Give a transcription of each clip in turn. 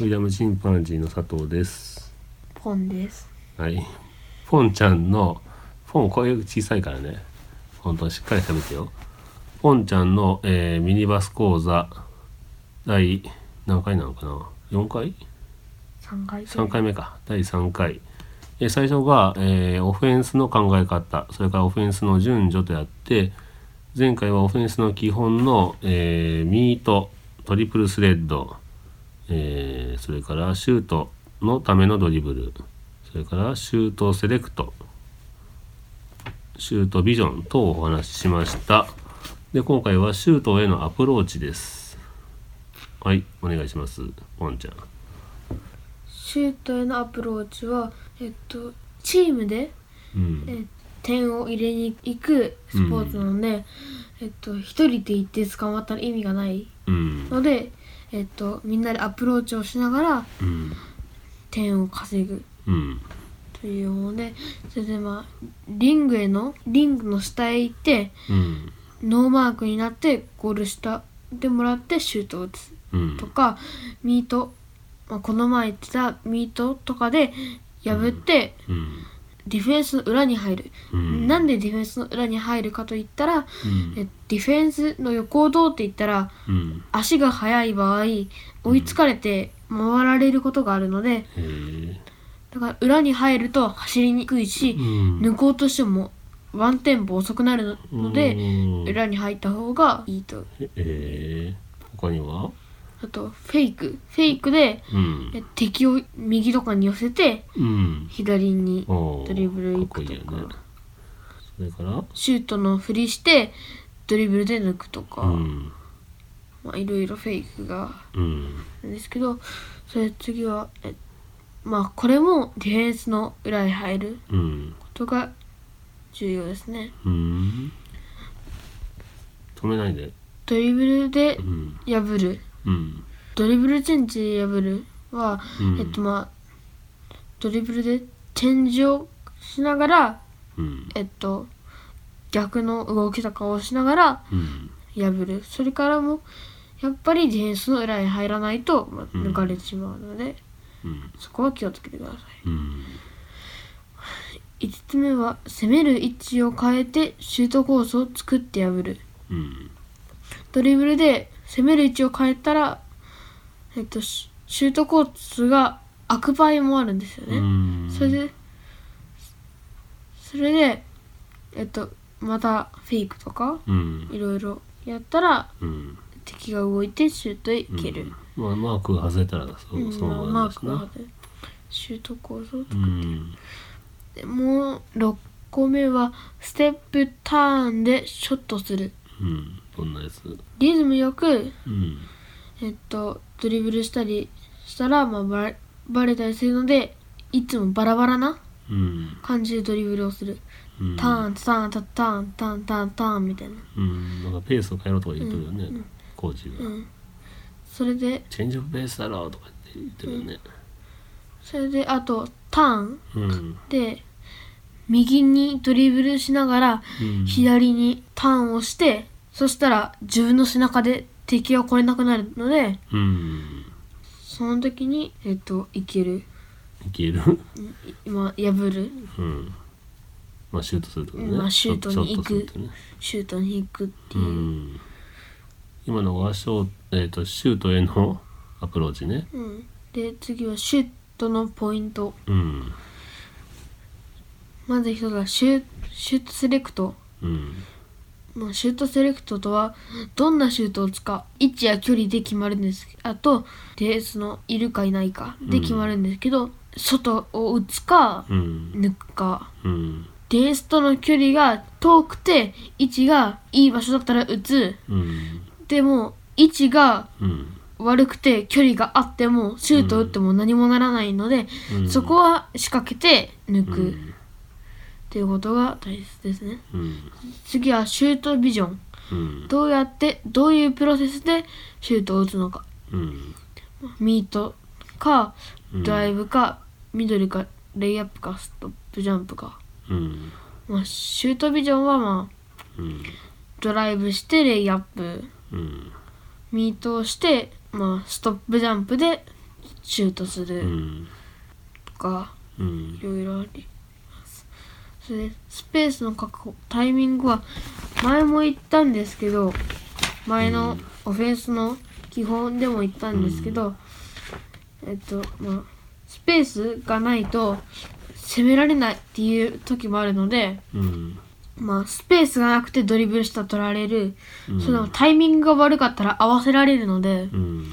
ウィリアムチンパンジーの佐藤です。ポンです。はい。ポンちゃんの、ポンこういう小さいからね。本当はしっかり食べてよ。ポンちゃんの、えーミニバス講座、第何回なのかな ?4 回三回。 3回目か第3回、えー最初が、えーオフェンスの考え方それからオフェンスの順序とやって前回はオフェンスの基本の、えーミートトリプルスレッド、えーそれからシュートのためのドリブルそれからシュートセレクトシュートビジョン等をお話ししましたで今回はシュートへのアプローチですはいお願いしますポンちゃんシュートへのアプローチは、えっと、チームでうんえ点を入れに行くスポーツなので、えっと、一人で行って捕まったら意味がないうんので、えっと、みんなでアプローチをしながらうん点を稼ぐうんというもので、それでまあ、リングへの、リングの下へ行って、うんノーマークになってゴール下でもらってシュートを打つ。うんとかミート、まあ、この前言ってたミートとかで破ってうんディフェンスの裏に入る、うんなんでディフェンスの裏に入るかといったら、うんえディフェンスの横をどうって言ったらうん足が速い場合追いつかれて回られることがあるのでへえだから裏に入ると走りにくいし、うん抜こうとしてもワンテンポ遅くなるので、うん裏に入った方がいいとへえ他にはあとフェイクフェイクでうんえ敵を右とかに寄せてうん左にドドリブル行くかとっこかいいよねそれからシュートのふりしてドリブルで抜くとか、うんまあいろいろフェイクがうんあるんですけどそれ次はえまあこれもディフェンスの裏へ入るうんことが重要ですねうん止めないでドリブルでうん破るうんドリブルチェンジで破るは、うんえっとまあドリブルでチェンジをしながらうんえっと逆の動きとかをしながらうん破るそれからもやっぱりディフェンスの裏に入らないとまあうん抜かれてしまうので、うんそこは気をつけてくださうんい5つ目は攻める位置を変えてシュートコースを作って破るうんドリブルで攻める位置を変えたら、えっと、シシュートコースが開く場合もあるんですようね、んそれでそれでえっとまたフェイクとかうんいろいろやったらうん敵が動いてシュートへ行ける、まあマーク外れたらそうんうそのままあマまーだしクがな外れシュート構造うんでもう6個目はステップターンでショットするうんどんなやつリズムよく、うんえっと、ドリブルしたりしたら、まあ、バレバレたりするのでいつもバラバラなうん感じでドリブルをするうんターンターンタターンターンターンターンみたいな、うんなんかペースを変えろとか言ってるよね、コーチが、うん、それでチェンジオブペースだろうとかって言ってるよねそれであとターンうん、うんで右にドリブルしながら左にターンをしてそしたら自分の背中で敵が来れなくなるのでうんその時にえっといけるいける今破るうんまあシュートするとかね、まあシュートに行くショットするとねシュートに行くっうていう、ん今のはショー、えー、とシュートへのアプローチねうんで次はシュートのポイントうんまず一つはシュシュートセレクト、うんまあ、シュートセレクトとはどんなシュートを打つか位置や距離で決まるんですあとデースのいるかいないかで決まるんですけど、外を打つかうん抜くかうんデースとの距離が遠くて位置がいい場所だったら打つうんでも位置がうん悪くて距離があってもシュート打っても何もならないので、うんそこは仕掛けて抜うく、っんていうことが大切ですねうん次はシュートビジョンうんどうやってどういうプロセスでシュートを打つのかうんミートかうんドライブか、ミドルかレイアップかストップジャンプか、うんまあ、シュートビジョンはまあうんドライブしてレイアップうんミートをして、まあ、ストップジャンプでシュートすうるんとか、うんいろいろありますそれでスペースの確保タイミングは前も言ったんですけど前のオフェンスの基本でも言ったんですけど、えっとまあスペースがないと攻められないっていう時もあるので、うんまあ、スペースがなくてドリブルしたら取られる、うんそのタイミングが悪かったら合わせられるので、うん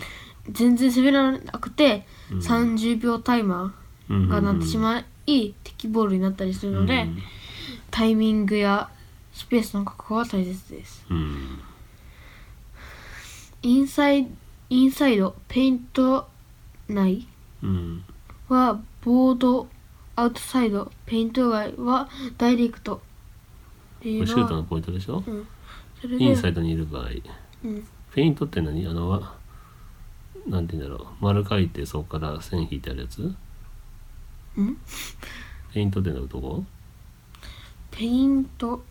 全然攻められなくて、30秒タイマうんーがなってしまい敵ボールになったりするので、うんタイミングやスペースの確保は大切ですうんインサイインサイドペイント内うんはボードアウトサイドペイント外はダイレクトっていこれうシのュートのはポイントでしょそれでインサイドにいる場合うんフェイントって何あのわなんて言うんだろう丸書いてそこから線引いてあるやつフうんェイントってのはどこペイント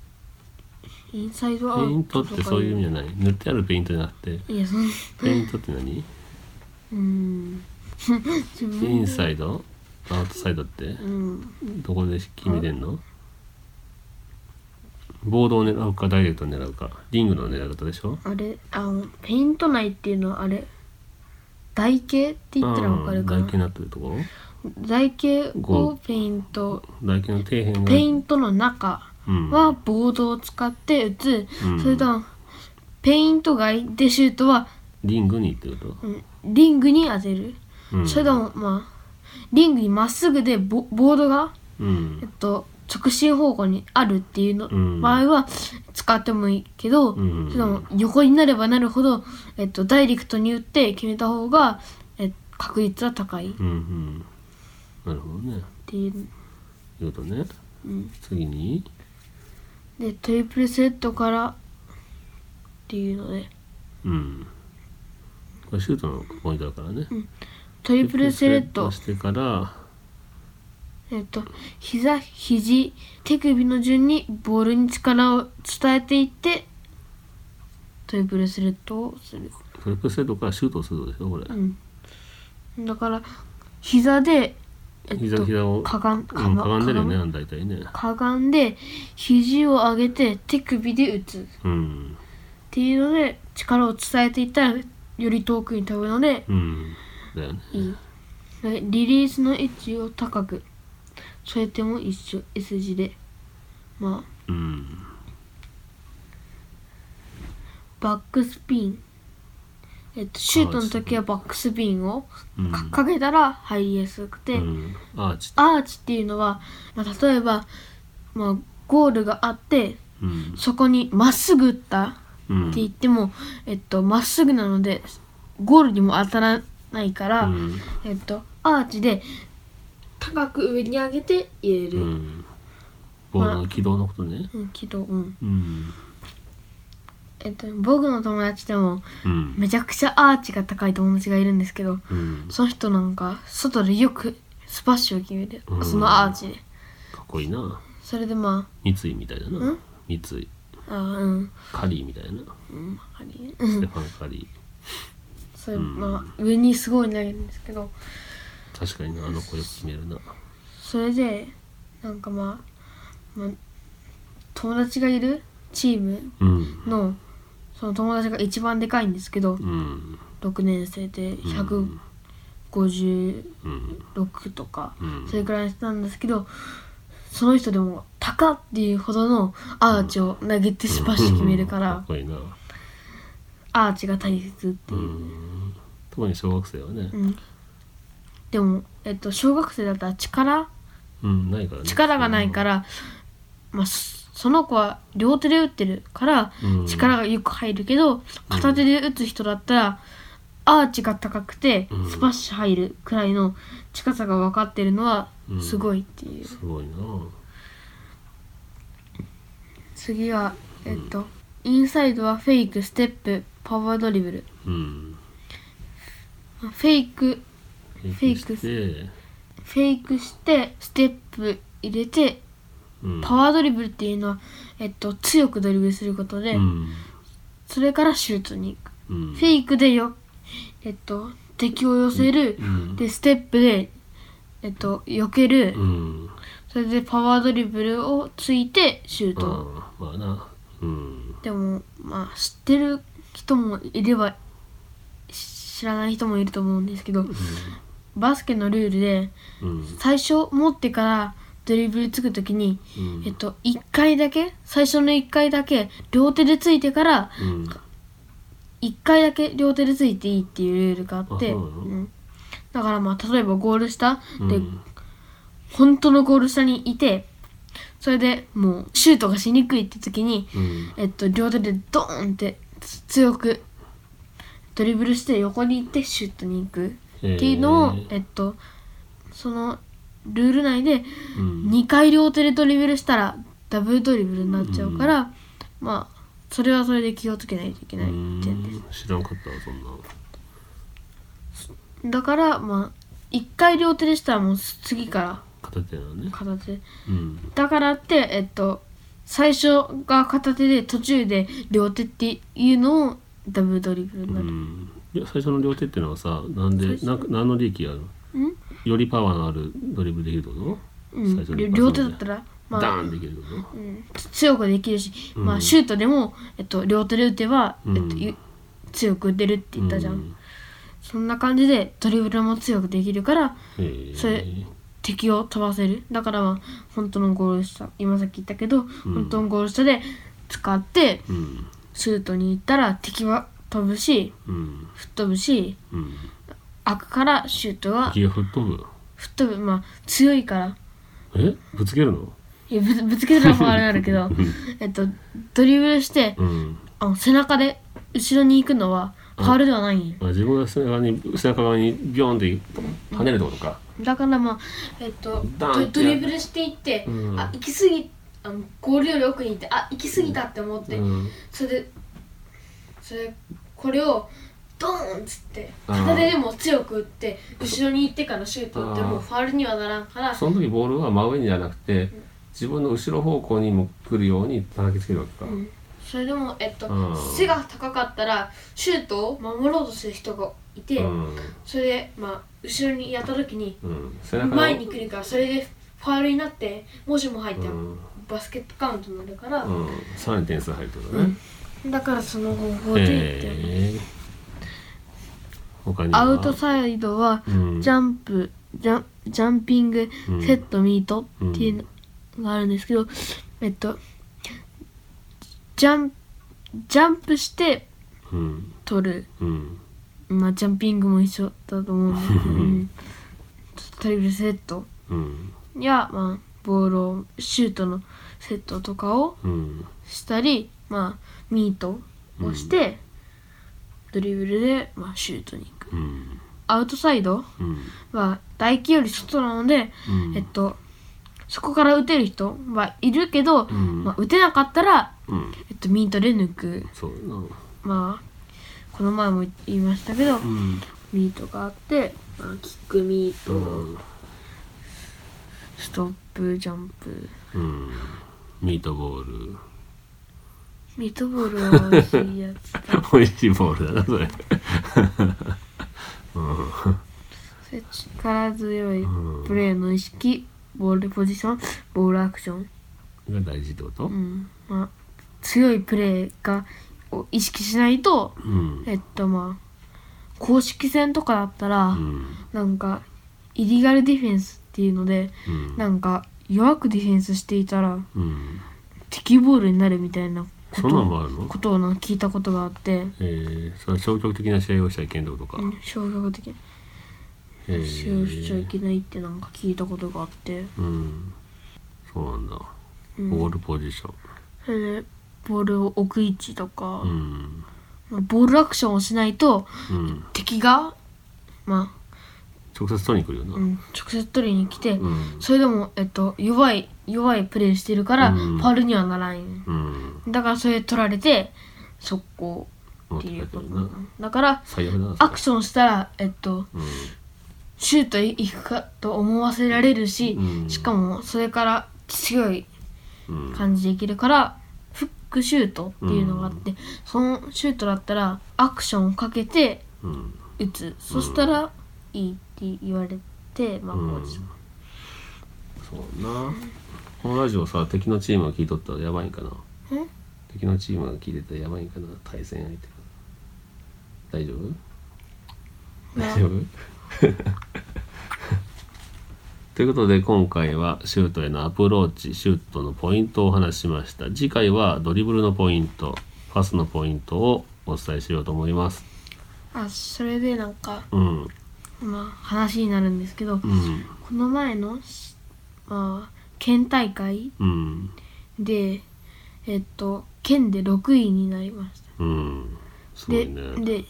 インサイドアフェイウントトとっかてそういう意味じゃない塗ってあるペイントじゃなくていやそんなフェイントって何うーん自イン分サイドアウトサイドってうんどこで決めてんのボードを狙うかダイレクトを狙うかリングの狙い方でしょあれあのペイント内っていうのはあれ台形って言ったらわかるかうん台な形になってるところ台形こをペイント台形の底辺がペイントの中うんはボードを使って打つ、うんそれとペイント外でシュートは、リングにってこと、うんリングに当てる、うん、それともまあリングにまっすぐでボボードがうんえっと、直進方向にあるっていうの、うん場合は使ってもいいけど、うんその横になればなるほど、えっと、ダイレクトに打って決めた方が、え確率は高いっうんうんなるほどねていう、ということねうん、次にでトリプルセットからっていうのでうんこれシュートのポイントだからね、トリプルセットしてからえっと膝肘手首の順にボールに力を伝えていってトリプルセットをする。トリプルセットからシュートをするでしょこれ、うん、だから膝で、えっ膝と、膝をかがんうかん、がかがんでるよねかがん大体ねかがんで肘を上げて手首で打つっうんていうので力を伝えていったらより遠くに飛ぶのでうんだよねいいでリリースの位置を高く添えても一緒 S 字でまうあんバックスピンえっと、シュートの時はバックスピンをうんかかけたら入りやすくて、うんアーチアーチっていうのは、まあ、例えば、まあ、ゴールがあってうんそこにまっすぐ打ったっうんて言ってもえっとまっすぐなのでゴールにも当たらないから、うんえっと、アーチで高く上に上げて入れうる、んボールの軌道のことねうん、けど、うんうんえっと、僕の友達でもうんめちゃくちゃアーチが高い友達がいるんですけどうんその人なんか外でよくスパッシュを決めて、うんそのアーチでかっこいいなそれでま三井みたいだうなん三井ああーうんカリーみたいなうんわかりうんステファン・カリそれまあ上にすごい投げるんですけどー確かになあの子よく決めるなそれでなんかまあ、まあ、友達がいるチームうんのその友達が一番でかいんですけどうん6年生で156うんとかうんそれくらいしたんですけどその人でも高っていうほどのアーチを投げてスパッシュ決めるかうんからっこいいなアーチが大切ってういう。ん特に小学生はねうんでも、えっと、小学生だったら力うんないからね力がないから、まあ、そその子は両手で打ってるからうん力がよく入るけど片手で打つ人だったらアーチが高くてうんスパッシュ入るくらいの近さが分かってるのはうんすごいっていうすごいな次はえっとインサイドはフェイクステップパワードリブルうんまあフェイクフェイクししてフェイクしてステップ入れてうんパワードリブルっていうのは、えっと、強くドリブルすることで、うんそれからシュートに行くうんフェイクでよ、えっと、敵を寄せる、うんでステップで、えっと、避ける、うんそれでパワードリブルをついてシューあト、ーまあなうんでもまあ知ってる人もいればし知らない人もいると思うんですけど、バスケのルールでうん最初持ってからドリブルつく時に、うんえっと、1回だけ最初の1回だけ両手でついてからうん1回だけ両手でついていいっていうルールがあってあそうなのんだからまあ例えばゴール下で、うん本当のゴール下にいてそれでもうシュートがしにくいって時に、うんえっと、両手でドーンってつ強くドリブルして横に行ってシュートに行くっていうのを、へーえっと、そのルール内でうん2回両手でドリブルしたらダブルドリブルになっちゃうから、まあそれはそれで気をつけないといけない点です。うん知らんかったわそんなだからまあ1回両手でしたらもう次から片手なのね片手うんだからってえっと最初が片手で途中で両手っていうのをダブルドリブルにうなる。んいや最初の両手ってのはさなんでなんか何の利益があるのうんよりパワーのあるドリブルできるってこうん最初のりょ一発目両手だったら、とまダーあンできるってことうん、強くできるし、うんまあ、シュートでも、えっと、両手で打てば、うんえっとゆ、強く打てるって言ったじゃん、うんそんな感じでドリブルも強くできるからへーそれ敵を飛ばせるだからまあ本当のゴール下今さっき言ったけど、本当のゴール下で使ってうんシュートに行ったら敵は飛ぶしうん吹っ飛ぶしうん開くからシュートは敵が吹っ飛ぶ吹っ飛ぶまあ強いからえぶつけるのいやぶつぶつけたらもうあれなんだけどえっとドリブルしてうんあの背中で後ろに行くのはファウルではないんよあ自分が背中に背中側にビョンって跳ねるってことかだからまあえっとダンドドリブルしていって、うんあ行き過ぎあのゴールより奥に行ってあ行き過ぎたって思って、うんそれでそれこれをドーンっつってあー片手でも強く打って後ろに行ってからシュート打ってあーもうファウルにはならんからその時ボールは真上にじゃなくて自分の後ろ方向にも来るように叩きつけるわけかんそれでもえっとあー背が高かったらシュートを守ろうとする人がいて、うんそれでまあ後ろにやった時にうん背中の前に来るからそれでファウルになってもしも入ったらうんバスケットカウントになるから、うんさらに点数入るってことねだからその方法で言って、へー他にはアウトサイドはうんジャンプジャンジャンピングうんセットミートっていうのがあるんですけど、えっとジャンジャンプしてうん取るうんまあジャンピングも一緒だ と思うんですけど、うん、トリブルセットうんや、まあ、ボールをシュートのセットとかをうんしたり、まあ、ミートをして、ドリブルで、まあ、シュートに行くうんアウトサイドうんは唾液より外なので、うんえっと、そこから打てる人はいるけど、うんまあ、打てなかったら、うんえっと、ミートで抜く、そうだなまあ、この前も言いましたけど、うんミートがあって、まあ、キックミート、うんストップジャンプうんミートボールミートボールは美味しいやつ だ美味しいボールだなそれそれ力強いプレーの意識、ボールポジション、ボールアクション、が大事ってことう、うんんまあ、強いプレーがを意識しないと、うんえっとまあ、公式戦とかだったら、うんなんかイリガルディフェンスっていうので、なんか弱くディフェンスしていたらうん、敵ボールになるみたいなこそんなのともあるのことをなんか聞いたことがあって、えー、それは消極的な試合をしちゃいけんってことか、うん、消極的にえー使用しちゃいけないってなんか聞いたことがあって、うんそうなんだうんボールポジションそれでボールを置く位置とか、うんまあボールアクションをしないとうん敵が、ま直接取りに来るよなあうん、直接取りに来て、うんそれでも、えっと、弱い弱いプレーしてるから、うんファウルにはならんようんだからそれ取られて速攻持っってて帰いっうてことるなだから最悪だなそれアクションしたら、えっと、シュートいくかと思わせられるし、うんしかもそれから強いうんうん感じでいけるからフックシュートっていうのがあって、そのシュートだったらアクションをかけてうん打つそしたらいいって言われて、まあこうですそうなこのラジオさ敵のチームが聞いとったらやばいんかなえ敵のチームが聞いてたらやばいんかな対戦相手が大丈夫大丈夫 ということで今回はシュートへのアプローチシュートのポイントをお話ししました次回はドリブルのポイントパスのポイントをお伝えしようと思いますあそれでなんかうんまあ話になるんですけど、うんこの前のしまあ県大会うんでえっと県で6位になりましたうんすごでいねで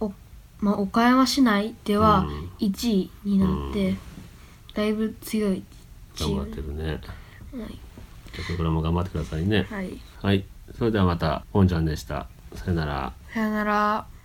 お、まあ、岡山市内でうはん1位になって、だいぶ強いチー頑張っムてるねはい、じゃあこれからも頑張ってくださいねはい、はい、それではまた、ポンちゃんでした。さよなら。さよなら